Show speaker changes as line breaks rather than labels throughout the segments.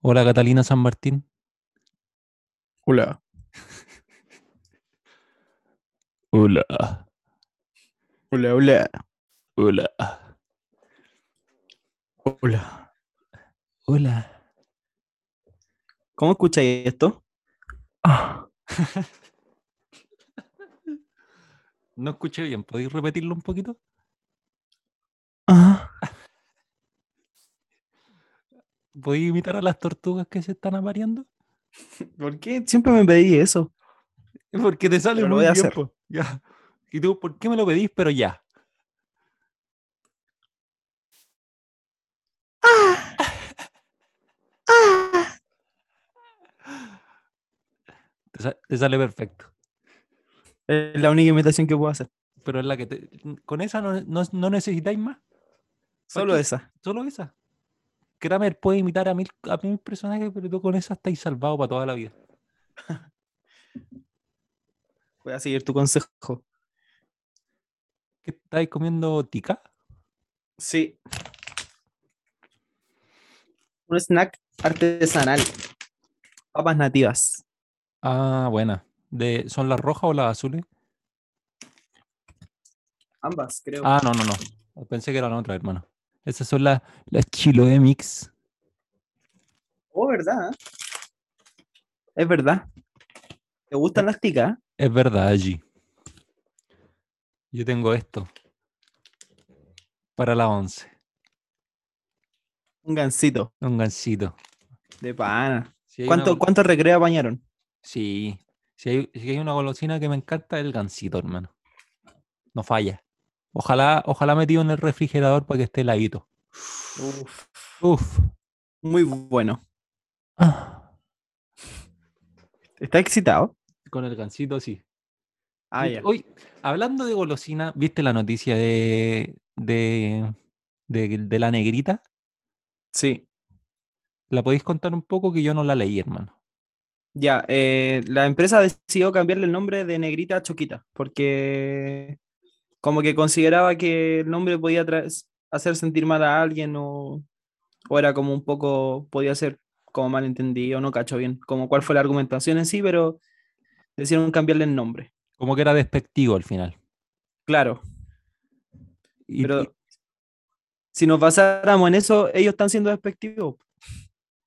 Hola Catalina San Martín.
Hola.
Hola,
Hola, hola.
hola,
Hola.
hola.
¿Cómo escucháis esto?
Ah. No escuché bien, ¿podéis repetirlo un poquito? ¿Podéis imitar a las tortugas que se están apareando?
¿Por qué siempre me pedí eso?
Porque te sale
Pero lo
muy
voy a
bien,
hacer.
po. Ya. Y tú, ¿por qué me lo pedís? Pero ya. Te, sa- te sale perfecto.
Es la única imitación que puedo hacer.
Pero es la que te- Con esa no, no- no necesitáis más.
Solo
qué?
esa.
Solo esa. Kramer puede imitar a mil, a mil personajes, pero tú con esa estáis salvado para toda la vida.
Voy a seguir tu consejo.
¿Qué estáis comiendo tica?
Sí. Un snack artesanal. Papas nativas.
Ah, buena. De, ¿Son las rojas o las azules?
Ambas, creo.
Ah, no, no, no. Pensé que eran otras, hermano. Esas son las, las Chiloé Mix.
Oh, ¿verdad? Es verdad. ¿Te gustan las ticas?
Es verdad, allí. Yo tengo esto. Para la once.
Un gansito.
Un gansito.
De pana.
Si hay una
¿Cuánto,
gol-
¿Cuántos recreos bañaron?
Sí. Si hay, si hay una golosina que me encanta, es el gansito, hermano. No falla. Ojalá, ojalá metido en el refrigerador para que esté heladito. Uf.
Muy bueno.
Ah.
¿Estás excitado?
Con el gansito, sí.
Ah,
Viste- Oye, hablando de golosina, ¿viste la noticia de, de, de- de la negrita?
Sí.
¿La podéis contar un poco que yo no la leí, hermano?
Ya, eh, la empresa decidió cambiarle el nombre de Negrita a Choquita, porque como que consideraba que el nombre podía tra- hacer sentir mal a alguien o, o era como un poco, podía ser como malentendido, no cacho bien, como cuál fue la argumentación en sí, pero decidieron cambiarle el nombre.
Como que era despectivo al final.
Claro,
Y, y-
pero si nos basáramos en eso, ellos están siendo despectivos,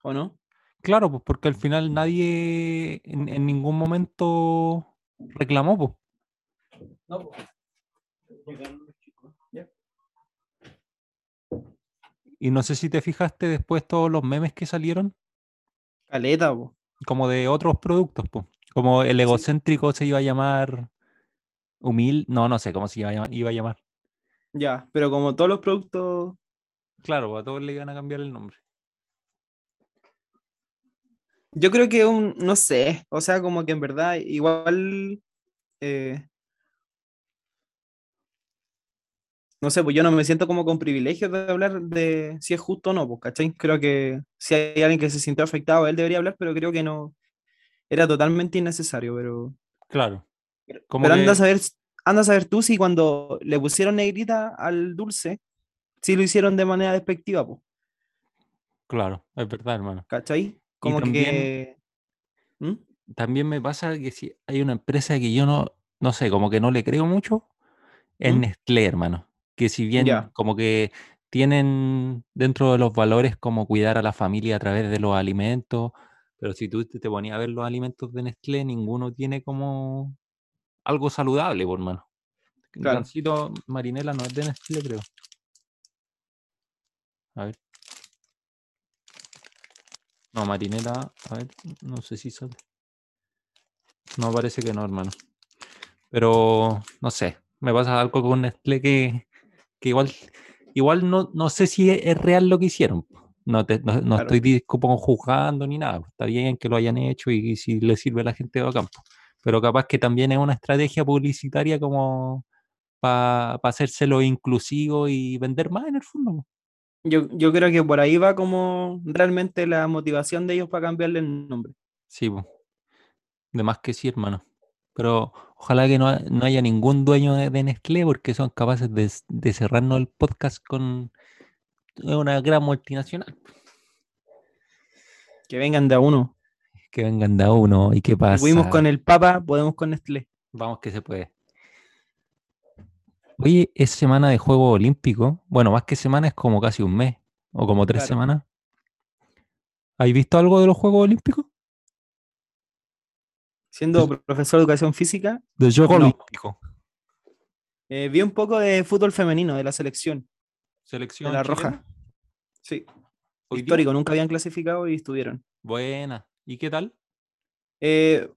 ¿o no?
claro, pues porque al final nadie en, en ningún momento reclamó, pues.
No,
Y no sé si te fijaste después todos los memes que salieron,
Caleta, po.
como de otros productos, pues. Como el egocéntrico se iba a llamar humil, no, no sé cómo se iba a llamar. Iba a llamar.
Ya, pero como todos los productos...
Claro, a todos le iban a cambiar el nombre.
Yo creo que un, no sé, o sea, como que en verdad igual, eh, no sé, pues yo no me siento como con privilegio de hablar de si es justo o no, pues, ¿cachai? Creo que si hay alguien que se sintió afectado, él debería hablar, pero creo que no, era totalmente innecesario, pero,
Claro. Como
pero anda a
que-
saber, anda a saber tú si cuando le pusieron negrita al dulce, si lo hicieron de manera despectiva, pues,
Claro, es verdad, hermano.
¿cachai? Como
también-
que... ¿Mm?
También me pasa que si hay una empresa que yo no, no sé, como que no le creo mucho, es
¿Mm?
Nestlé, hermano. Que si bien
Ya.
como que tienen dentro de los valores como cuidar a la familia a través de los alimentos, pero si tú te te ponías a ver los alimentos de Nestlé, ninguno tiene como algo saludable, por hermano. El
Claro.
gansito marinela no es de Nestlé, creo. A ver. No, marinela, a ver, no sé si sale. No, parece que no, hermano. Pero, no sé, me pasa algo con Nestlé que, que igual, igual no, no sé si es, es real lo que hicieron. po. No, te- no, no
Claro.
estoy di- como juzgando ni nada. po. Está bien que lo hayan hecho y, si le sirve a la gente de campo. Pero capaz que también es una estrategia publicitaria como para hacérselo inclusivo y vender más en el fondo. po.
Yo, yo creo que por ahí va como realmente la motivación de ellos para cambiarle el nombre.
Sí, po. de más que sí, hermano. Pero ojalá que no, ha- no haya ningún dueño de, de Nestlé porque son capaces de, s- de cerrarnos el eh, podcast con una gran multinacional.
Que vengan de a uno.
Que vengan de a uno y qué pasa.
Fuimos con el Papa, podemos con Nestlé.
Vamos que se puede. Oye, es semana de Juego Olímpico. Bueno, más que semana es como casi un mes o como tres
Claro.
semanas. ¿Has visto algo de los Juegos Olímpicos?
Siendo profesor de educación física,
De Juego
No.
Olímpico.
eh, vi un poco de fútbol femenino de la selección,
Selección.
de la
chilena,
roja. Sí,
hoy día.
histórico, nunca habían clasificado y estuvieron.
Buena. ¿Y qué tal?
Eh,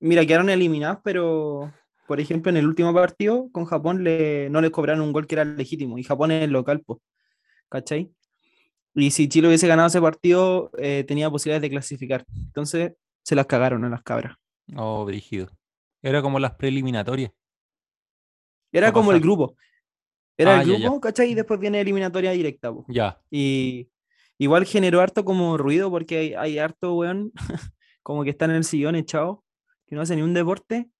mira, quedaron eliminados, pero por ejemplo, en el último partido con Japón le, no les cobraron un gol que era legítimo y Japón es el local, po, ¿cachai? Y si Chile hubiese ganado ese partido, eh, tenía posibilidades de clasificar. Entonces se las cagaron a las cabras.
Oh, brígido. Era como las preliminatorias.
Era
Va a
como el
pasar.
grupo. Era
Ah,
el
ya, ya.
grupo, ¿cachai? Y después viene eliminatoria directa, po.
Ya.
Y igual generó harto como ruido porque hay, hay harto weón como que están en el sillón echados, que no hacen ni un deporte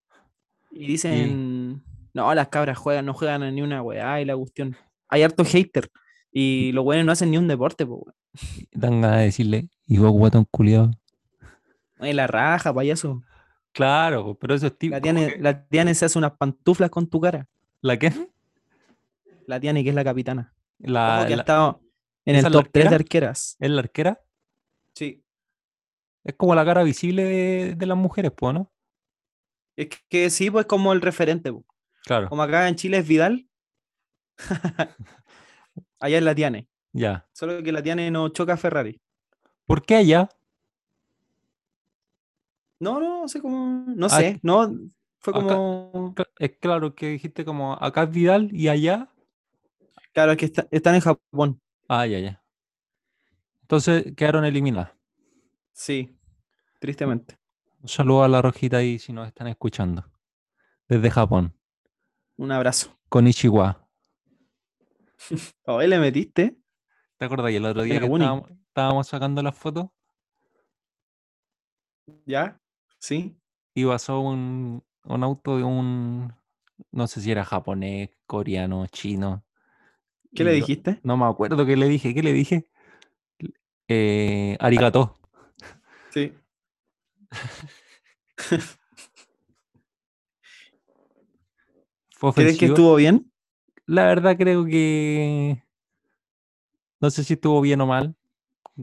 y dicen, no, las cabras juegan, no juegan a ni una weá y la cuestión. Hay harto hater y los weones no hacen ni un deporte, po, weón.
Dan ganas de decirle, y vos, guatón culiado.
Ay, la raja, payaso.
Claro, po, pero eso es tipo.
La Tiane, la Tiane se hace unas pantuflas con tu cara.
¿La qué?
¿Mm? La Tiane, que es la capitana. Ojo
La,
que ha
la-
estado en el
¿esa es la
top 3 de
arquera?
arqueras.
¿Es la arquera?
Sí.
Es como la cara visible de, de las mujeres, pues, ¿no?
Es que, que sí, pues como el referente, po.
Claro,
Como acá en Chile es Vidal. Allá es la Tiane.
ya.
Solo que la Tiane no choca a Ferrari.
¿Por qué allá?
No, no, no sé cómo. No
Ah,
sé. No, fue
acá-
como.
Cla- Es claro que dijiste como acá es Vidal y allá.
Claro, es que está- están en Japón.
Ah, ya, ya. Entonces quedaron eliminadas.
Sí. Tristemente.
Un saludo a la rojita ahí si nos están escuchando. Desde Japón.
Un abrazo.
Con Ichiwa.
Oh, ¿eh, le metiste?
¿Te acordás? Y el otro día que
Naguni.
estábamos, estábamos sacando las fotos
¿Ya? Sí.
y pasó un, un auto de un. No sé si era japonés, coreano, chino.
¿Qué le
y-
dijiste?
No me acuerdo qué le dije. ¿Qué le dije? Eh, arigato.
Sí.
Fue
¿Crees que
ofensivo.
estuvo bien?
La verdad creo que no sé si estuvo bien o mal.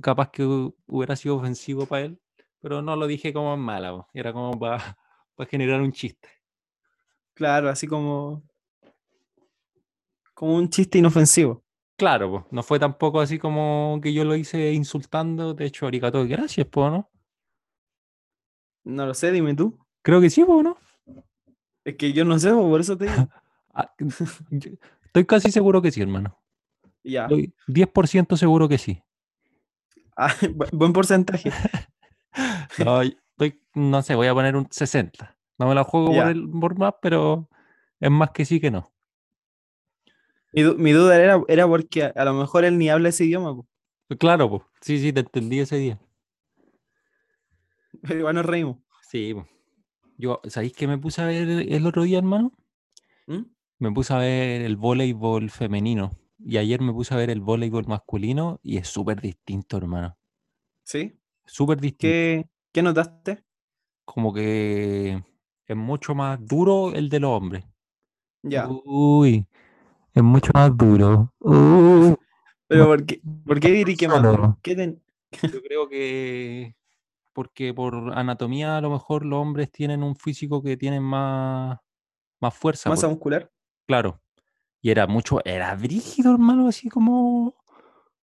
Capaz que hu- hubiera sido ofensivo para él, pero no lo dije como en mala, po, era como para generar un chiste.
Claro, así como. Como un chiste inofensivo.
Claro, po, no fue tampoco así como que yo lo hice insultando, de hecho, arigato, gracias, po, ¿no?
No lo sé, dime tú.
Creo que sí, po, ¿no?
Es que yo no sé, por eso te digo.
Ah, yo- Estoy casi seguro que sí, hermano.
Ya.
Estoy 10% seguro que sí.
Ah, bu- buen porcentaje.
No, y- estoy- no sé, voy a poner un 60. No me la juego por,
Ya.
el- por más, pero es más que sí que no.
Mi, du- mi duda era, era porque a, a lo mejor él ni habla ese idioma, po,
Claro, po. sí, sí, te entendí ese día.
pero igual nos reímos.
Sí, po. yo, ¿sabéis qué me puse a ver el otro día, hermano?
¿Mm?
Me puse a ver el voleibol femenino y ayer me puse a ver el voleibol masculino y es súper distinto, hermano.
¿Sí?
Súper distinto.
¿Qué, qué notaste?
Como que es mucho más duro el de los hombres.
Ya.
Uh, Uy, es mucho más duro. Uy,
Pero ¿por qué, por qué dirí que más?
solo.
¿Qué ten-
Yo creo que porque por anatomía a lo mejor los hombres tienen un físico que tienen más, más fuerza.
masa
por-
muscular?
Claro. Y era mucho, era brígido, hermano, así como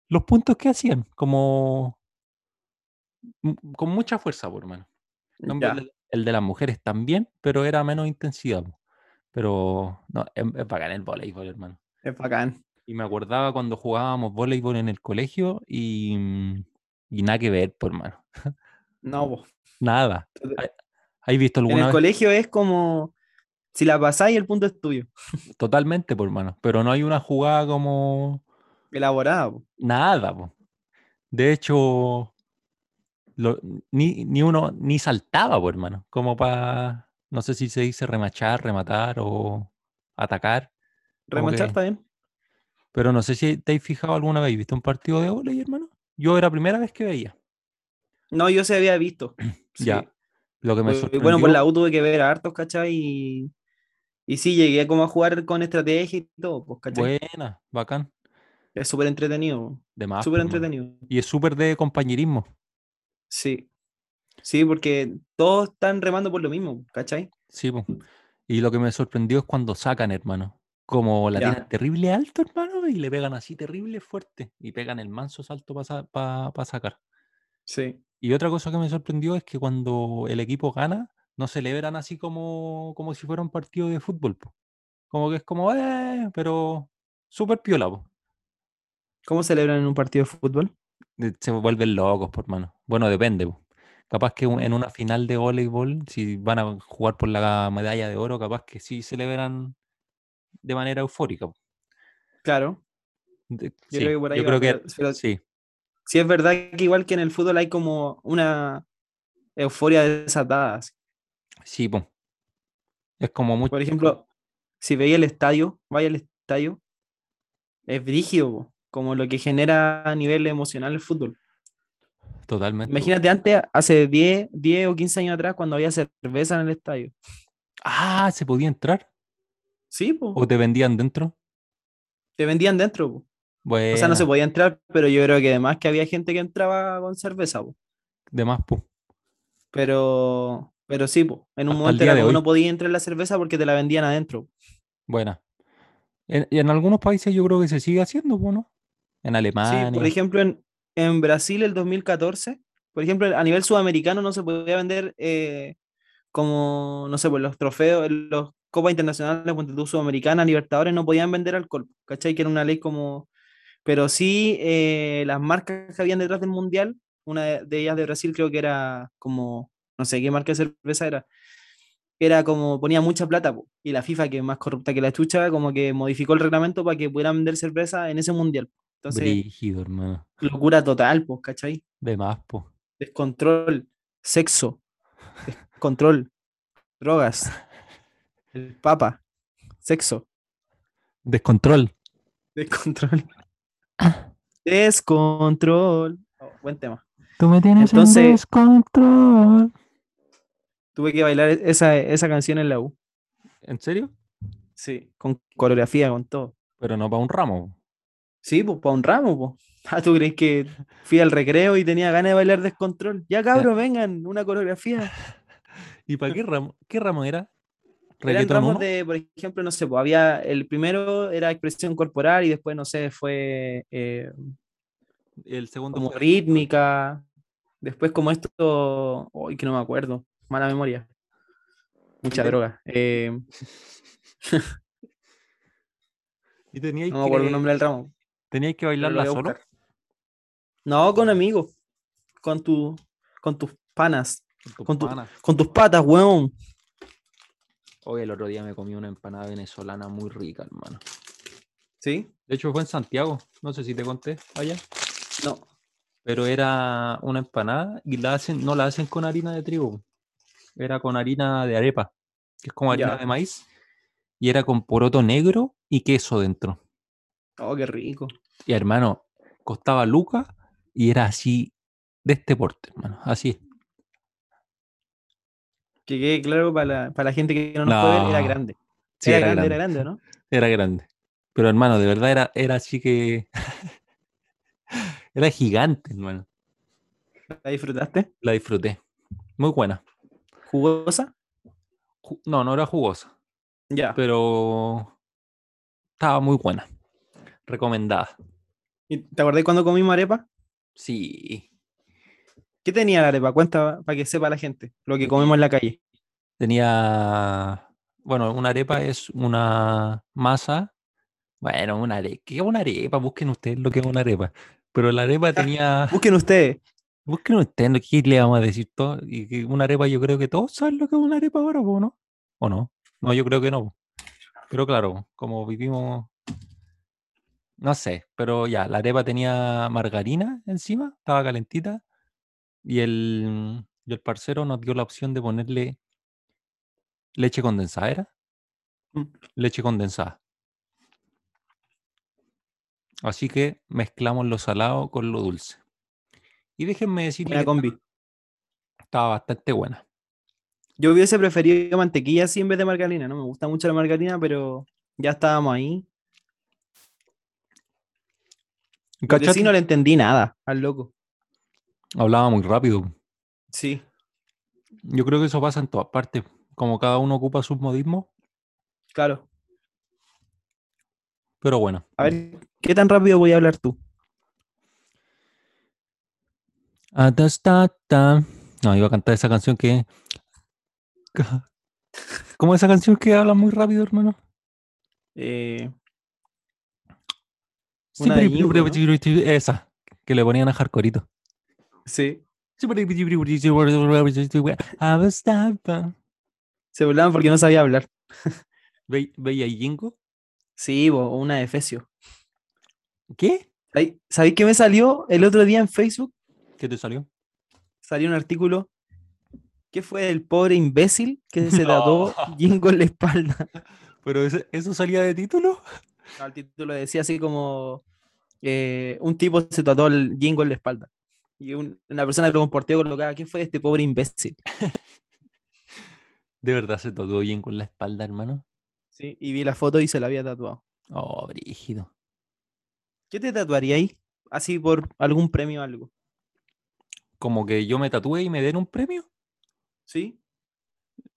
los puntos que hacían, como m- con mucha fuerza, por hermano. En cambio,
Ya.
El, de- el de las mujeres también, pero era menos intensidad. po. Pero no, es, es bacán el voleibol, hermano.
Es bacán.
Y me acordaba cuando jugábamos voleibol en el colegio y, mm, y nada que ver, por hermano.
No, po.
Nada.
Entonces,
¿Has visto
En el
alguna vez?
colegio es como si la pasáis, el punto es tuyo.
Totalmente, por hermano. Pero no hay una jugada como
Elaborada, po.
Nada, po. De hecho, lo- ni, ni uno ni saltaba, po, hermano. Como para, no sé si se dice remachar, rematar o atacar. Como
¿Remachar
que-
también?
Pero no sé si te has fijado alguna vez, ¿viste un partido de vóley, hermano? Yo era la primera vez que veía.
No, yo se había visto. sí.
Ya. Lo que me
Pues,
sorprendió.
Bueno, por la U tuve que ver a hartos, ¿cachai? Y, y sí, llegué como a jugar con estrategia y todo, pues, ¿cachai?
Buena, bacán.
Es súper entretenido,
De más.
súper
po, hermano.
entretenido.
Y es súper de compañerismo.
Sí. Sí, porque todos están remando por lo mismo, ¿cachai?
Sí, po. Y lo que me sorprendió es cuando sacan, hermano. Como la
Ya.
tienen terrible alto, hermano, y le pegan así terrible fuerte. Y pegan el manso salto para sacar.
Sí.
Y otra cosa que me sorprendió es que cuando el equipo gana, no celebran así como, como si fuera un partido de fútbol. po. Como que es como, "Eh", pero súper piola, po.
¿Cómo celebran en un partido de fútbol?
de- se vuelven locos, por mano. Bueno, depende. po. Capaz que un- en una final de voleibol, si van a jugar por la medalla de oro, capaz que sí celebran de manera eufórica. po.
Claro,
De-
yo
sí,
creo que por ahí
yo
va,
creo que-
pero- pero
sí,
sí es verdad que igual que en el fútbol hay como una euforia desatada. así.
sí, po. Es como mucho.
Por ejemplo, si veis el estadio, vaya al estadio, es brígido, po, como lo que genera a nivel emocional el fútbol.
Totalmente. po.
Imagínate antes, hace 10, 10 o 15 años atrás, cuando había cerveza en el estadio.
Ah, se podía entrar.
Sí, po,
O te vendían dentro.
te vendían dentro. po.
Bueno,
O sea, no se podía entrar, pero yo creo que además que había gente que entraba con cerveza. po.
de más, po.
Pero, pero sí, po, en un
Hasta el
momento
día
era
de
como
hoy.
no podía entrar la cerveza porque te la vendían adentro.
Buena. En, y en algunos países yo creo que se sigue haciendo, po, ¿no? En Alemania.
Sí, por ejemplo, en, en Brasil el 2014, por ejemplo, a nivel sudamericano no se podía vender eh, como, no sé, pues los trofeos, los copas internacionales, ponte tú, sudamericana, libertadores, no podían vender alcohol, ¿cachai? Que era una ley como... Pero sí, eh, las marcas que habían detrás del Mundial, una de, de ellas de Brasil creo que era como, no sé qué marca de cerveza era, era como, ponía mucha plata, po, y la FIFA, que es más corrupta que la chucha, como que modificó el reglamento para que pudieran vender cerveza en ese Mundial. Entonces,
Brígido, hermano.
locura total, pues, ¿cachai?
De más, po.
Descontrol, sexo, descontrol, drogas, el papa, sexo,
Descontrol.
descontrol. Descontrol. Oh, buen tema.
Tú me tienes
en Entonces-
descontrol.
Tuve que bailar e- esa, esa canción en la U.
¿En serio?
Sí. Con coreografía, con todo.
Pero no para un ramo.
Sí, pues para un ramo, pues. Ah, ¿tú crees que fui al recreo y tenía ganas de bailar descontrol? Ya, cabros, vengan, una coreografía.
¿Y para qué ramo? ¿Qué ramo era?
Eran
¿Reggaetón
ramos
uno?
de, por ejemplo, no sé, pues había el primero era expresión corporal y después, no sé, fue eh,
El segundo
como
fue-
rítmica, después como esto, hoy que no me acuerdo, mala memoria, mucha
Ya.
droga. eh,
Y teníais,
no me
que...
acuerdo el nombre del ramo.
teníais que
pero lo
bailarla
voy a
solo.
buscar. No, con amigos, con, tu, con tus panas,
Con
con tu-
pana.
con tus patas, weón.
Hoy el otro día me comí una empanada venezolana muy rica, hermano.
¿Sí?
De hecho, fue en Santiago. No sé si te conté allá.
No.
Pero era una empanada y la hacen, no la hacen con harina de trigo. Era con harina de arepa, que es como harina
Ya.
de maíz. Y era con poroto negro y queso dentro.
Oh, qué rico.
Y hermano, costaba lucas y era así de este porte, hermano. Así.
Que quede claro para la, para la gente que no nos puede ver, era
No,
grande.
Sí,
era, grande, era grande, ¿no?
era grande. Pero hermano, de verdad era, era así que. era gigante, hermano.
¿La disfrutaste?
La disfruté. Muy buena.
¿Jugosa?
Ju- No, no era jugosa,
Ya.
pero estaba muy buena. Recomendada.
¿Y ¿Te acordás cuando comimos arepa?
Sí.
¿Qué tenía la arepa? Cuenta para que sepa la gente lo que comemos en la calle.
Tenía. Bueno, una arepa es una masa. Bueno, una arepa. ¿Qué es una arepa? Busquen ustedes lo que es una arepa. Pero la arepa tenía.
Busquen ustedes.
Busquen ustedes, ¿no? ¿qué le vamos a decir todo? Y que una arepa, yo creo que todos saben lo que es una arepa ahora, po, ¿no? ¿O no? No, yo creo que no. po. Pero claro, como vivimos. No sé, pero ya, la arepa tenía margarina encima, estaba calentita. Y el, y el parcero nos dio la opción de ponerle leche condensada, ¿era?
Mm.
Leche condensada. Así que mezclamos lo salado con lo dulce. Y déjenme decirles
Buena
que
combi.
estaba bastante buena.
Yo hubiese preferido mantequilla así en vez de margarina, no me gusta mucho la margarina, pero ya estábamos ahí. Lo que
¿Cachai?
sí no le entendí nada al loco.
Hablaba muy rápido.
Sí.
Yo creo que eso pasa en todas partes. Como cada uno ocupa sus modismos,
Claro.
pero bueno.
A ver, ¿qué tan rápido voy a hablar tú?
Atastata. No, iba a cantar esa canción que. ¿Cómo esa canción que habla muy rápido, hermano?
Eh, Una de Ñengo, ¿no?
Esa, que le ponían a Jarcorito.
sí. Se burlaban porque no sabía hablar.
Ve- ¿Veía Jingo?
Sí, bo, una de Efesio.
¿Qué?
Ay, ¿Sabéis qué me salió el otro día en Facebook?
¿Qué te salió?
Salió un artículo. ¿Qué fue del pobre imbécil que se tatuó
No.
Jingo en la espalda?
¿Pero ese- eso salía de título?
Al título decía así como: eh, Un tipo se tatuó el Jingo en la espalda. Y un- una persona con un porteo colocaba: ¿Qué fue de este pobre imbécil?
De verdad se tocó bien con la espalda, hermano.
Sí, y vi la foto y se la había tatuado.
Oh, brígido.
¿Qué te tatuaría ahí? Así por algún premio o algo.
Como que yo me tatué y me den un premio.
¿Sí?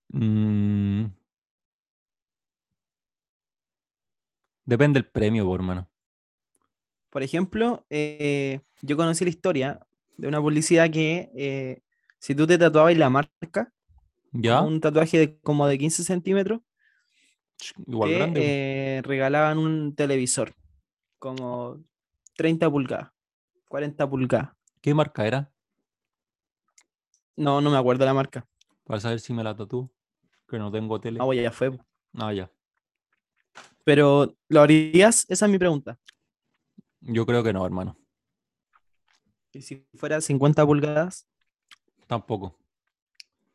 Mm. Depende el premio, por hermano.
Por ejemplo, eh, yo conocí la historia de una publicidad que eh, si tú te tatuabas la marca,
¿Ya?
un tatuaje de como de 15 centímetros,
Ch, Igual
te
grande. pues.
eh, regalaban un televisor como 30 pulgadas, 40 pulgadas.
¿Qué marca era?
No, no me acuerdo la marca.
Para saber si me la tatúo. Que no tengo tele.
Ah, bueno, ya fue.
Ah, ya.
Pero, ¿lo harías? Esa es mi pregunta.
Yo creo que no, hermano.
¿Y si fuera 50 pulgadas?
Tampoco.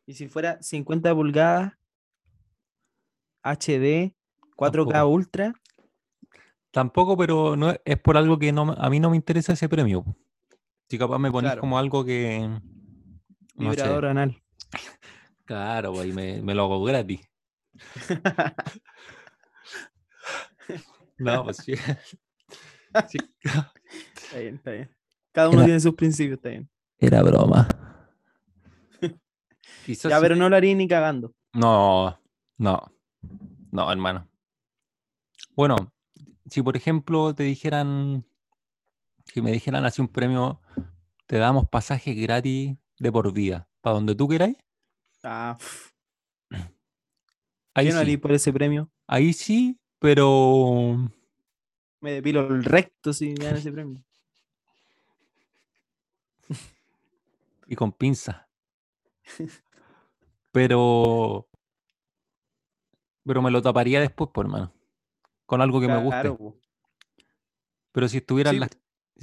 ¿Y si fuera 50 pulgadas? HD, 4K
Tampoco.
Ultra.
Tampoco, pero no es, es por algo que no, me- a mí no me interesa ese premio. po. Si capaz me pones
Claro.
como algo que. No sé.
Vibrador anal.
Claro, pues, y me, me lo hago gratis. No, pues sí. Sí,
Está bien, está bien. Cada uno
Era-
tiene sus principios, está bien.
Era broma. Quizás.
Ya,
sí.
pero no lo haría ni cagando.
No, no, no, hermano. Bueno, si por ejemplo te dijeran, si me dijeran así un premio, te damos pasaje gratis de por vida, para donde tú queráis,
Ah, pff,
ahí
yo no
sí,
haría por ese premio.
ahí sí, pero
Me depilo el recto si me dan ese premio.
y con pinza. Pero, pero me lo taparía después, por hermano, con algo que me guste.
Claro, po.
Pero si estuvieran
Sí,
las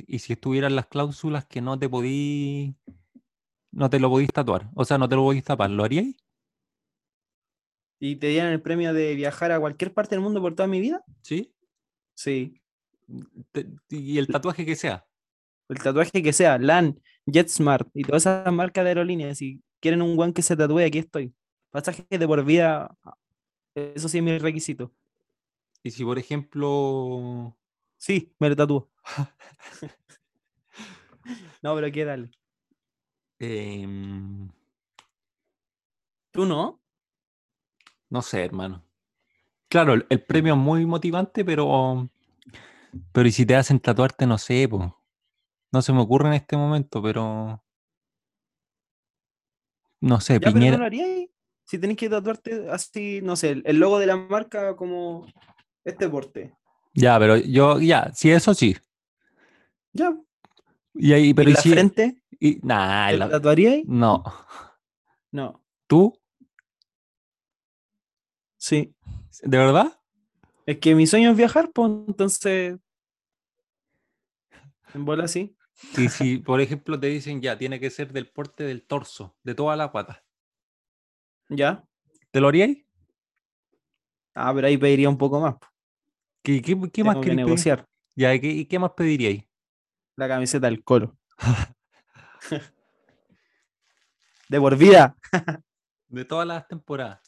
y si estuvieran las cláusulas que no te podí no te lo podís tatuar, o sea, no te lo podís tapar, ¿lo haríais?
¿Y te dieran el premio de viajar a cualquier parte del mundo por toda mi vida?
Sí.
Sí.
Te- y el tatuaje que sea.
El tatuaje que sea, LAN, JetSmart y todas esas marcas de aerolíneas. Si quieren un guan que se tatúe, aquí estoy. Pasajes de por vida, eso sí es mi requisito.
Y si por ejemplo,
Sí, me lo tatúo. no, pero qué tal.
em,
¿Tú no?
no sé, hermano. Claro, el, el premio es muy motivante, pero pero y si te hacen tatuarte, no sé, po. No se me ocurre en este momento, pero no sé,
Ya, pero no
Piñera.
lo haríais. Si tenés que tatuarte así, no sé, el el logo de la marca como este porte.
Ya, pero yo ya, si eso sí.
Ya,
Y ahí, pero
pero
y
la
si-
frente,
Y, nah,
¿te
la-
lo tatuaríais?
no.
No,
¿Tú?
sí.
¿De verdad?
Es que mi sueño es viajar, pues entonces. En bola, sí.
Y si, por ejemplo, te dicen ya, tiene que ser del porte del torso, de toda la pata.
Ya.
¿Te lo haríais?
Ah, pero ahí pediría un poco más. pues,
¿Qué, qué- qué más
Tengo que
queréis pedir?
negociar
Ya, ¿y qué, y qué más pediríais?
la camiseta del coro. De por vida.
De todas las temporadas.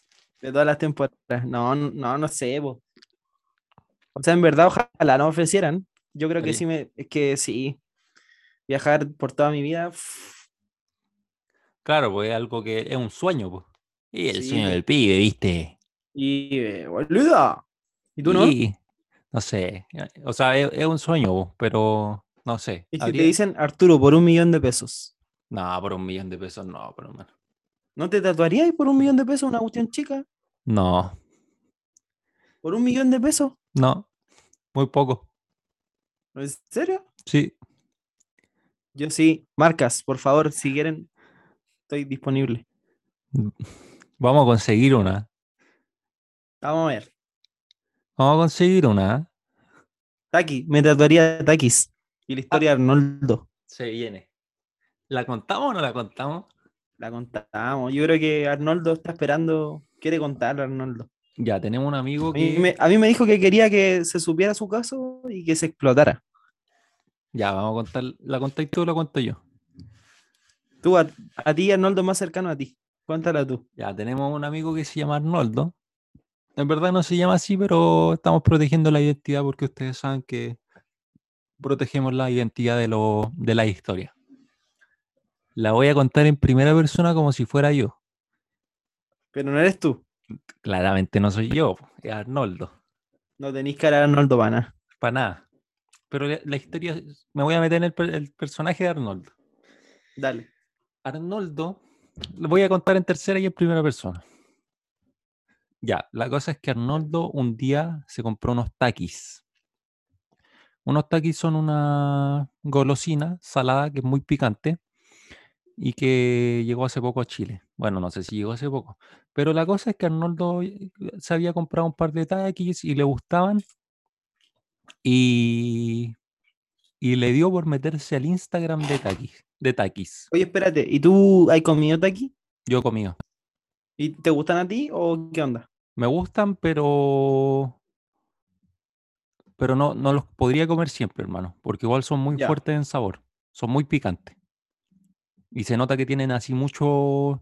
De todas las temporadas. No, no, no sé, po. O sea, en verdad, ojalá no ofrecieran. Yo creo que
Oye.
sí me. Es que sí. Viajar por toda mi vida. pff,
Claro, pues es algo que es un sueño, pues. Y el
Sí,
sueño
pues.
del pibe, ¿viste?
Y. eh, boludo. ¿Y tú no?
Y, no sé. O sea, es, es un sueño, pues, pero no sé.
Y si
habría-
te dicen, Arturo, por un millón de pesos.
No, por un millón de pesos, no, por hermano.
¿No te tatuarías por un millón de pesos una cuestión chica?
No,
¿Por un millón de pesos?
no. Muy poco.
¿En serio?
Sí.
Yo sí. Marcas, por favor, si quieren, estoy disponible.
Vamos a conseguir una.
Vamos a ver.
Vamos a conseguir una.
Taki, me tatuaría Takis. Y la historia de Arnoldo.
Se viene. ¿La contamos o no la contamos?
La contamos. Yo creo que Arnoldo está esperando. Quiere contar Arnoldo.
Ya, tenemos un amigo
A mí,
que.
me, a mí me dijo que quería que se supiera su caso y que se explotara.
Ya, vamos a contar. ¿La contáis tú o la cuento yo?
Tú, a, a ti, Arnoldo, más cercano a ti. Cuéntala tú.
Ya, tenemos un amigo que se llama Arnoldo. En verdad no se llama así, pero estamos protegiendo la identidad porque ustedes saben que protegemos la identidad de, lo, de la historia. La voy a contar en primera persona como si fuera yo.
Pero no eres tú.
Claramente no soy yo, po, es Arnoldo.
No tenéis cara de Arnoldo Bana.
Para nada. Pero la, la historia, es- me voy a meter en el, per- el personaje de Arnoldo.
Dale.
Arnoldo, lo voy a contar en tercera y en primera persona. Ya, la cosa es que Arnoldo un día se compró unos taquis. Unos taquis son una golosina salada que es muy picante y que llegó hace poco a Chile. Bueno, no sé si llegó hace poco, pero la cosa es que Arnoldo eh, se había comprado un par de taquis y le gustaban y, y le dio por meterse al Instagram de taquis. De taquis.
Oye, espérate. ¿Y tú has comido Taki?
Yo he comido.
¿Y te gustan a ti o qué onda?
Me gustan, pero. Pero no, no los podría comer siempre, hermano. Porque igual son muy
Ya.
fuertes en sabor. Son muy picantes. Y se nota que tienen así muchos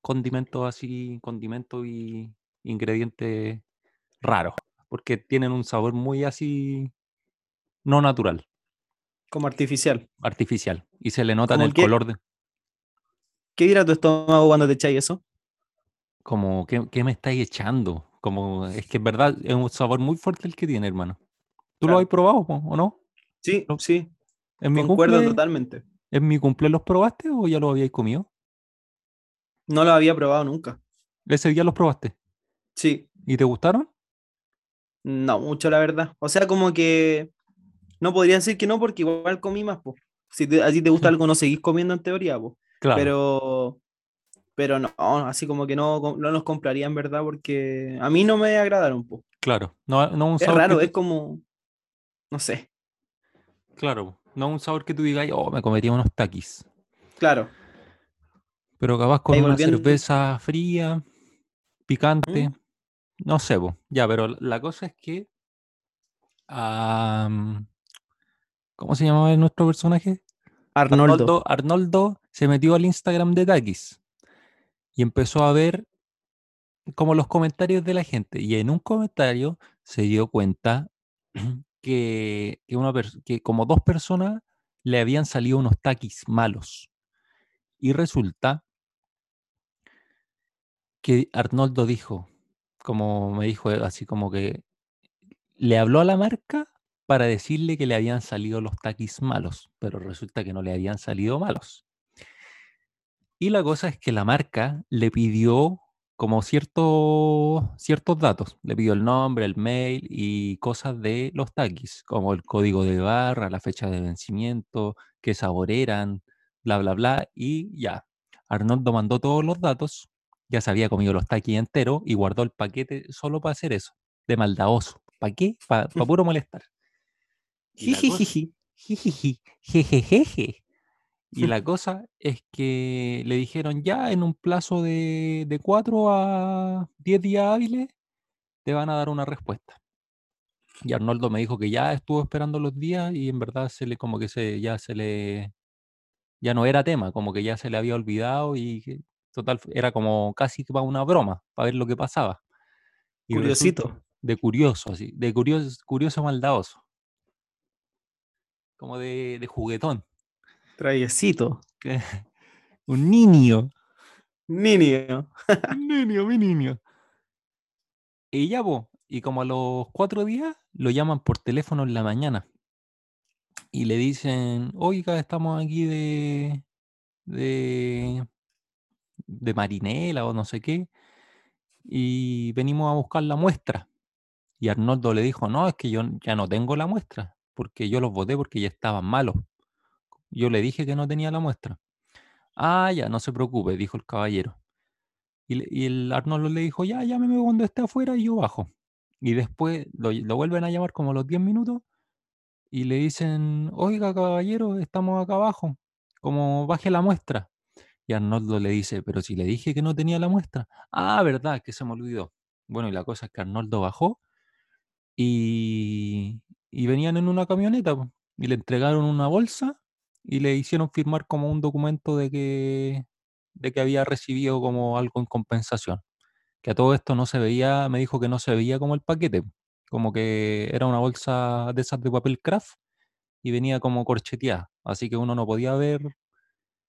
condimentos así. Condimentos y ingredientes raros. Porque tienen un sabor muy así. No natural,
Como artificial.
artificial. Y se le nota en
¿Cómo
el
qué?
color de.
¿Qué dirá tu estómago cuando te echáis eso?
Como, ¿qué, qué me estáis echando? Como, es que es verdad, es un sabor muy fuerte el que tiene, hermano. ¿Tú lo
Claro.
has probado po, o no?
Sí,
No.
sí.
¿En mi,
concuerdo
cumple,
totalmente.
¿En mi cumple los probaste o ya los habíais comido?
No lo había probado nunca.
Ese día los probaste.
Sí,
¿Y te gustaron?
no mucho, la verdad. O sea, como que no podría decir que no, porque igual comí más, po. Si te- a ti te gusta algo, no seguís comiendo en teoría, po.
Claro.
Pero, pero no, así como que no, com- no los compraría en verdad, porque a mí no me agradaron, po.
Claro. No, no un
Es
sabor que
raro,
tú-
es como, no sé,
Claro. No un sabor que tú digas, oh, me comería unos taquis.
claro.
Pero capaz con
Ahí
una
volviendo-
cerveza fría, picante, no sé, po. ya, pero la- la cosa es que. am, ¿Cómo se llamaba nuestro personaje?
Arnoldo.
Arnoldo, Arnoldo se metió al Instagram de Takis y empezó a ver como los comentarios de la gente. Y en un comentario se dio cuenta que, que una pers- que como dos personas le habían salido unos taquis malos. Y resulta que Arnoldo dijo, como me dijo, él, así como que le habló a la marca para decirle que le habían salido los taquis malos, pero resulta que no le habían salido malos. Y la cosa es que la marca le pidió como cierto- ciertos datos, le pidió el nombre, el mail y cosas de los taquis, como el código de barra, la fecha de vencimiento, qué sabor eran, bla, bla, bla, y ya. Arnoldo mandó todos los datos, ya se había comido los taquis enteros y guardó el paquete solo para hacer eso, de maldadoso. ¿Para qué? Para puro molestar. Y la cosa-
Jijijiji.
jijiji, jejejeje. Y la cosa es que le dijeron ya en un plazo de, de 4 a 10 días hábiles te van a dar una respuesta. Y Arnoldo me dijo que ya estuvo esperando los días y en verdad se le como que se ya se le ya no era tema, como que ya se le había olvidado y que Total, era como casi que para una broma, para ver lo que pasaba. Y
Curiosito.
resulta- De curioso, así. De curioso, curioso maldadoso. Como de, de juguetón.
Traviesito.
Un niño.
Niño.
Un niño, mi niño. Y ya, po, y como a los cuatro días lo llaman por teléfono en la mañana. Y le dicen, oiga, estamos aquí de. de. de Marinela o no sé qué. Y venimos a buscar la muestra. Y Arnoldo le dijo, no, es que yo ya no tengo la muestra, porque yo los voté porque ya estaban malos. Yo le dije que no tenía la muestra. Ah, ya, no se preocupe, dijo el caballero. Y, le- y el Arnoldo le dijo, ya, llámeme cuando esté afuera y yo bajo. Y después lo, ll- lo vuelven a llamar como a los 10 minutos y le dicen, oiga, caballero, estamos acá abajo, como baje la muestra. Y Arnoldo le dice, pero si le dije que no tenía la muestra. Ah, verdad, que se me olvidó. Bueno, y la cosa es que Arnoldo bajó y, y venían en una camioneta po, y le entregaron una bolsa y le hicieron firmar como un documento de que de que había recibido como algo en compensación. Que a todo esto no se veía, me dijo que no se veía como el paquete, como que era una bolsa de esas de papel craft y venía como corcheteada, así que uno no podía ver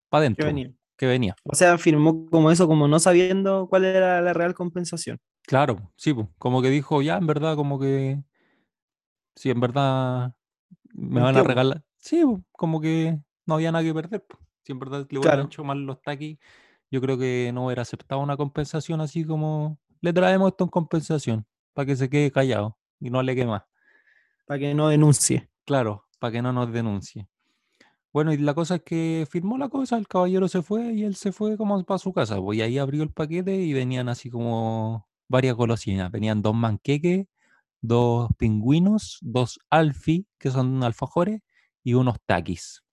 para
que
adentro
venía.
que venía.
O sea, firmó como eso, como no sabiendo cuál era la real compensación.
Claro, sí, po, como que dijo, ya, en verdad, como que, si en verdad me van a
Mintió, po.
regalar, sí, po, como que no había nada que perder, po. Si en verdad le hubieran
Claro.
hecho mal los taquis, yo creo que no hubiera aceptado una compensación así como, le traemos esto en compensación, para que se quede callado y no le quema.
Para que no denuncie.
Claro, para que no nos denuncie. Bueno, y la cosa es que firmó la cosa, el caballero se fue y él se fue como para su casa. Pues, y ahí abrió el paquete y venían así como varias golosinas. Venían dos manqueques, dos pingüinos, dos alfi, que son alfajores, y unos taquis.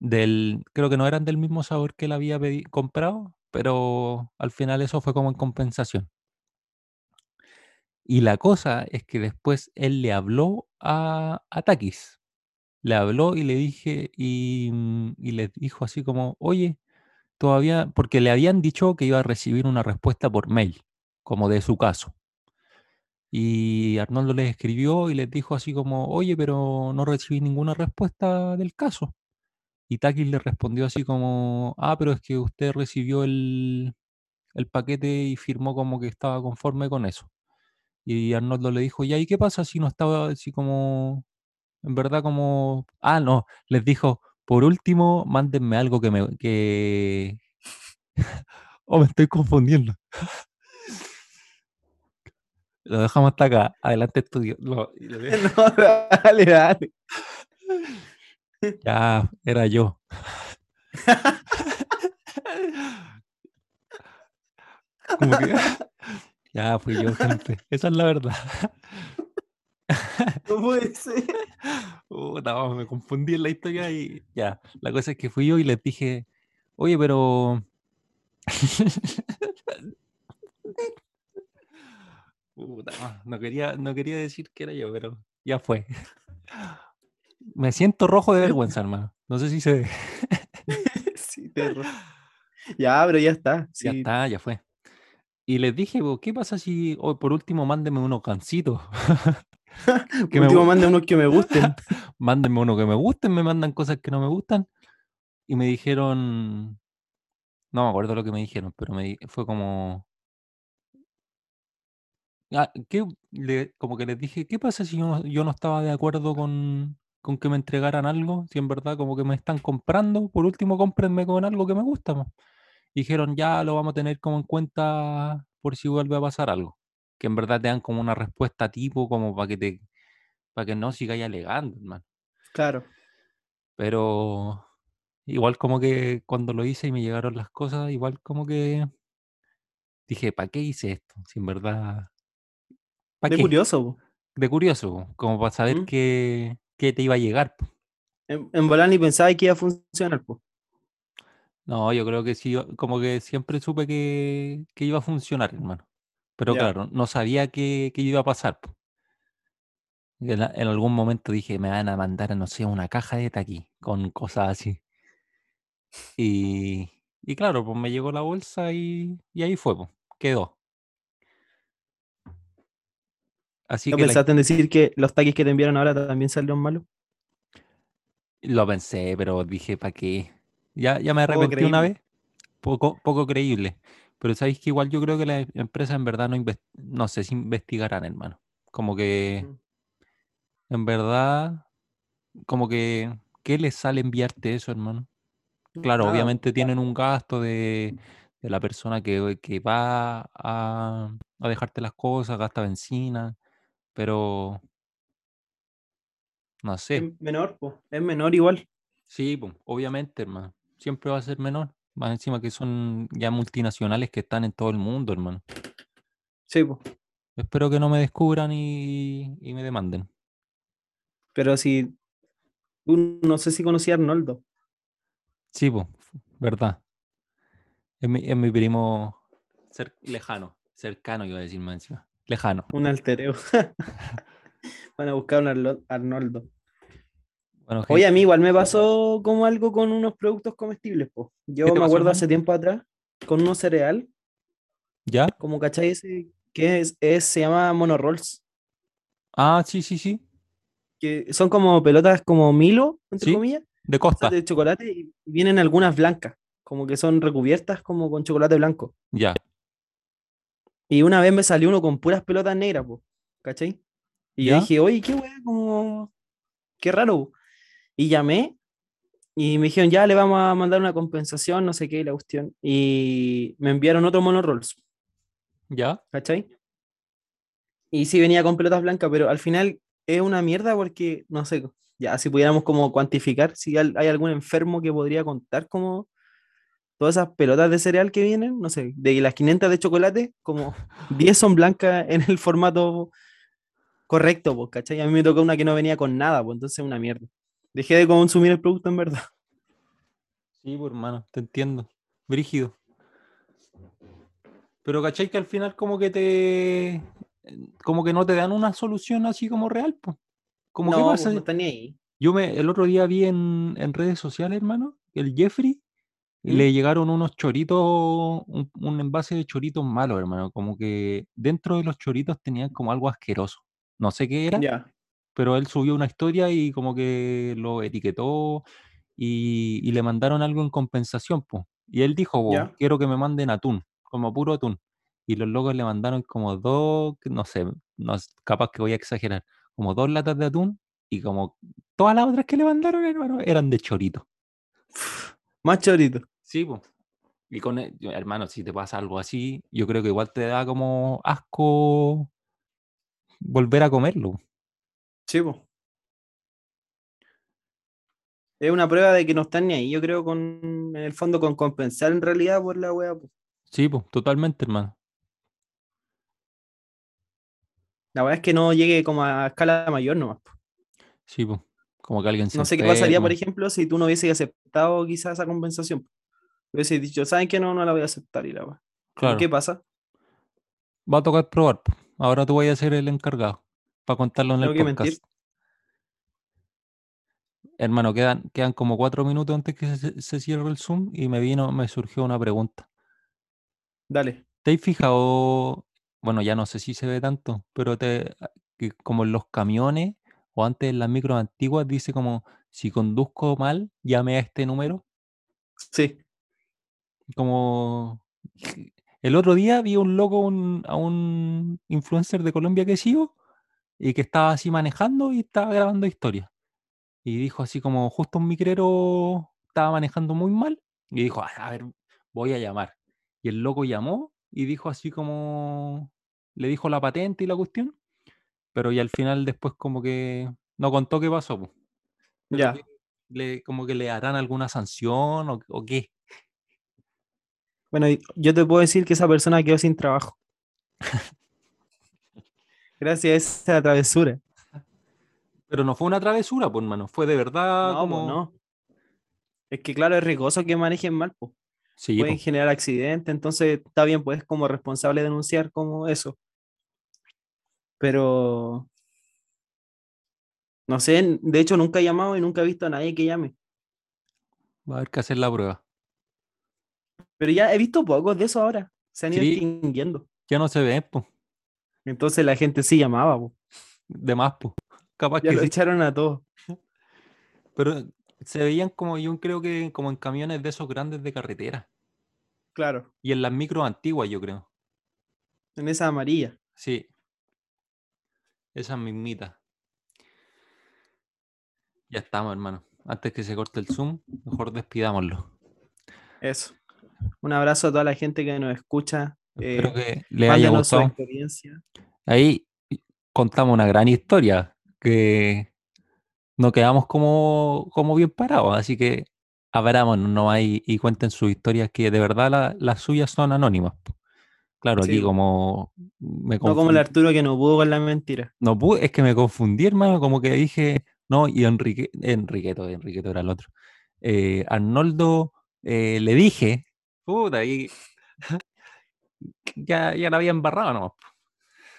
Del, creo que no eran del mismo sabor que él había pedi- comprado, pero al final eso fue como en compensación. Y la cosa es que después él le habló a, a Takis. Le habló y le dije, y, mm, y le dijo así como, oye, todavía, porque le habían dicho que iba a recibir una respuesta por mail, como de su caso. Y Arnoldo les escribió y les dijo así como, oye, pero no recibí ninguna respuesta del caso. Y Takis le respondió así como, ah, pero es que usted recibió el, el paquete y firmó como que estaba conforme con eso. Y Arnoldo le dijo, ya, ¿y qué pasa si no estaba así como, en verdad como, ah, no, les dijo, por último, mándenme algo que me, que... oh, me estoy confundiendo. Lo dejamos hasta acá, adelante estudio. Lo- y lo dejo.
No, dale, dale.
Ya, era yo. Como que- ya, fui yo, gente. Esa es la verdad.
No puede ser.
Puta, vamos, me confundí en la historia y ya. La cosa es que fui yo y les dije, oye, pero. Puta, ah, no quería, no quería decir que era yo, pero ya fue. Me siento rojo de vergüenza, hermano. No sé si se ve.
Sí, te ro- Ya, pero ya está.
Ya
sí.
está, ya fue. Y les dije, "Bo, ¿qué pasa si hoy por último mándenme unos cancitos? que
Que
me
último
gu-
mande unos que me gusten.
mándenme uno que me gusten, me mandan cosas que no me gustan. Y me dijeron, no me acuerdo lo que me dijeron, pero me di- fue como, "Ah, ¿qué?". Le- como que les dije, ¿qué pasa si yo, no- yo no estaba de acuerdo con, con que me entregaran algo? Si en verdad como que me están comprando, por último cómprenme con algo que me gusta. po". Dijeron, ya lo vamos a tener como en cuenta por si vuelve a pasar algo. Que en verdad te dan como una respuesta tipo, como para que te, para que no sigáis alegando, hermano.
Claro.
Pero igual como que cuando lo hice y me llegaron las cosas, igual como que dije, ¿para qué hice esto? Sin verdad, ¿para
De
qué?
curioso. po.
De curioso, po, como para saber
¿Mm?
qué, qué te iba a llegar. po.
En, en volar ni pensaba que iba a funcionar. po.
No, yo creo que sí, iba- como que siempre supe que, que iba a funcionar, hermano. Pero
Ya.
claro, no sabía qué, qué iba a pasar. po. Y En, a- en algún momento dije, me van a mandar, no sé, una caja de taquí con cosas así. Y, Y claro, pues me llegó la bolsa y, y ahí fue, pues, quedó. Así
¿No
que la-
pensaste en decir que los taquis que te enviaron ahora también salieron malos?
lo pensé, pero dije, ¿para qué? Ya, ya me
Poco
arrepentí una
creíble.
vez. Poco, poco creíble. Pero sabéis que igual yo creo que las empresas en verdad no, inves- no sé si investigarán, hermano. Como que en verdad, como que, ¿qué les sale enviarte eso, hermano? Claro,
Nada,
obviamente tienen un gasto de, de la persona que, que va a, a dejarte las cosas, gasta benzina, pero no sé.
Es menor, po, es menor igual.
Sí, po, obviamente, hermano. Siempre va a ser menor. Más encima que son ya multinacionales que están en todo el mundo, hermano.
Sí, po.
Espero que no me descubran y, y me demanden.
Pero si. tú no sé si conocía a Arnoldo.
Sí, po, verdad. Es mi, es mi primo cer- lejano, cercano, iba a decir más encima. Lejano.
Un altereo. Van a buscar un Arlo- Arnoldo.
Bueno,
Oye,
gente,
a mí igual me pasó como algo con unos productos comestibles, po. Yo
¿Qué
me
te pasó,
acuerdo
hermano?
hace tiempo atrás con unos cereal,
¿ya?
como cachai ese, que es, es- se llama monorolls,
Ah, sí, sí, sí.
que son como pelotas como Milo, entre
Sí,
comillas,
De
o sea,
Costa.
de chocolate y vienen algunas blancas, como que son recubiertas como con chocolate blanco.
Ya.
Y una vez me salió uno con puras pelotas negras, po, ¿cachai? Y
¿Ya?
yo dije, oye, qué weá, como, qué raro. po". Y llamé y me dijeron, ya le vamos a mandar una compensación, no sé qué, y la cuestión. Y me enviaron otro monorolls,
¿Ya?
¿cachai? Y sí venía con pelotas blancas, pero al final es una mierda porque, no sé, ya si pudiéramos como cuantificar si al- hay algún enfermo que podría contar como todas esas pelotas de cereal que vienen, no sé, de las 500 de chocolate, como 10 son blancas en el formato correcto, pues, ¿cachai? A mí me tocó una que no venía con nada, pues entonces una mierda. Dejé de consumir el producto en verdad.
Sí, pues, hermano, te entiendo. Brígido. Pero cachai que al final como que te... eh, Como que no te dan una solución así como real, pues. Como que
no, pues,
pasa...
no está ni ahí.
Yo me, el otro día vi en, en redes sociales, hermano, que el Jeffrey
¿Mm?
le llegaron unos choritos, un, un envase de choritos malos, hermano. Como que dentro de los choritos tenían como algo asqueroso. No sé qué era,
Ya.
pero él subió una historia y como que lo etiquetó y, y le mandaron algo en compensación, po. Y él dijo, po,
Ya.
quiero que me manden atún, como puro atún. Y los locos le mandaron como dos, que no sé, no, s- capaz que voy a exagerar, como dos latas de atún y como todas las otras que le mandaron, hermano, eran de chorito.
Más chorito.
Sí, po. Y con, e- yo, hermano, si te pasa algo así, yo creo que igual te da como asco volver a comerlo.
Sí, po. Es una prueba de que no están ni ahí, yo creo, con, en el fondo, con compensar en realidad por la wea. po.
Sí, pues, totalmente, hermano.
La verdad es que no llegue como a escala mayor nomás. po.
Sí, pues. Como que alguien se
No sé qué pasaría, por
enferma.
ejemplo, si tú no hubieses aceptado quizás esa compensación. Hubieses dicho, ¿saben qué? No, no la voy a aceptar y la wea.
Claro,
¿Qué pasa?
va a tocar probar. po. Ahora tú vas a ser el encargado para contarlo en el
Tengo que mentir.
podcast. Hermano, quedan, quedan como cuatro minutos antes que se, se cierre el Zoom y me vino, me surgió una pregunta.
Dale.
¿Te has fijado? Bueno, ya no sé si se ve tanto, pero te, ah, que como en los camiones o antes en las micros antiguas dice como si conduzco mal, llame a este número.
Sí.
como el otro día vi a un loco, un- a un influencer de Colombia que sigo y que estaba así manejando y estaba grabando historias. Y dijo así como justo un micrero estaba manejando muy mal y dijo, "Ah, a ver, voy a llamar. Y el loco llamó y dijo así como, le dijo la patente y la cuestión, pero y al final después como que no contó qué pasó. po. Pero
Ya.
que le, como que le harán alguna sanción o, o qué.
Bueno, y yo te puedo decir que esa persona quedó sin trabajo. Gracias a esa travesura.
Pero no fue una travesura, pues, hermano. Fue de verdad
No, po,
como.
no. Es que claro, es riesgoso que manejen mal, po.
Sí, pues,
pueden
po.
generar accidentes, entonces está bien, pues como responsable denunciar como eso. Pero no sé, n- de hecho nunca he llamado y nunca he visto a nadie que llame.
va a haber que hacer la prueba.
Pero ya he visto pocos de eso ahora. Se han ido
Sí.
extinguiendo.
Ya no se ve, pues, po.
Entonces la gente sí llamaba, po.
De más, po. Capaz
ya
que
lo
sí.
echaron a todos.
Pero se veían como, yo creo que como en camiones de esos grandes de carretera.
Claro,
Y en las micros antiguas, yo creo.
en esa amarilla.
Sí. Esas mismitas. Ya estamos, hermano. Antes que se corte el Zoom, mejor despidámoslo.
Eso. Un abrazo a toda la gente que nos escucha.
Espero que
Eh,
les haya
mándenos su
gustado.
experiencia.
Ahí contamos una gran historia que no quedamos como, como bien parados, así que abrámonos nomás y, y cuenten sus historias que de verdad la- las suyas son anónimas. po. Claro, aquí
Sí.
como me
No como el
confundí-
Arturo que no pudo con la mentira.
no pude, es que me confundí, hermano, como que dije, no, y Enrique, Enriqueto, Enriqueto era el otro. Eh, Arnoldo eh, le dije, puta, y ya, ya la había embarrado nomás, po.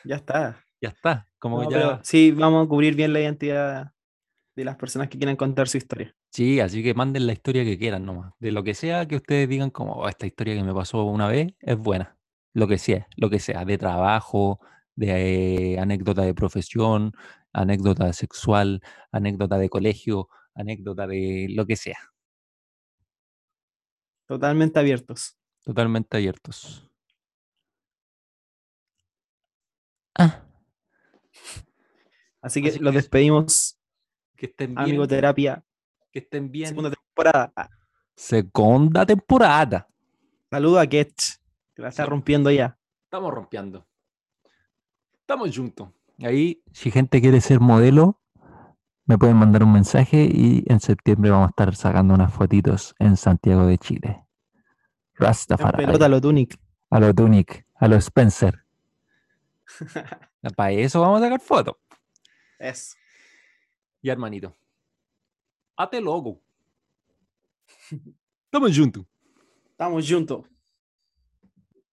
Ya está.
ya está, como
No,
ya...
pero sí, vamos a cubrir bien la identidad de las personas que quieran contar su historia.
Sí, así que manden la historia que quieran nomás. De lo que sea que ustedes digan como "Oh, esta historia que me pasó una vez es buena. Lo que sea, lo que sea, de trabajo, de eh, anécdota de profesión, anécdota sexual, anécdota de colegio, anécdota de lo que sea.
Totalmente abiertos.
Totalmente abiertos. Ah,
Así que
Así
los
que eso.
despedimos,
que estén bien.
amigo terapia,
que estén bien.
segunda temporada. Ah,
Segunda temporada.
Saludo a Ketch, que la está
Sí.
rompiendo ya.
Estamos rompiendo. Estamos juntos. Ahí, si gente quiere ser modelo, me pueden mandar un mensaje y en septiembre vamos a estar sacando unas fotitos en Santiago de Chile.
En
Rastafari.
pelota lo Tunic.
A lo Tunic, a lo Spencer. Para eso vamos a sacar fotos.
Eso.
Ya, hermanito. Hasta luego. Estamos juntos.
Estamos juntos.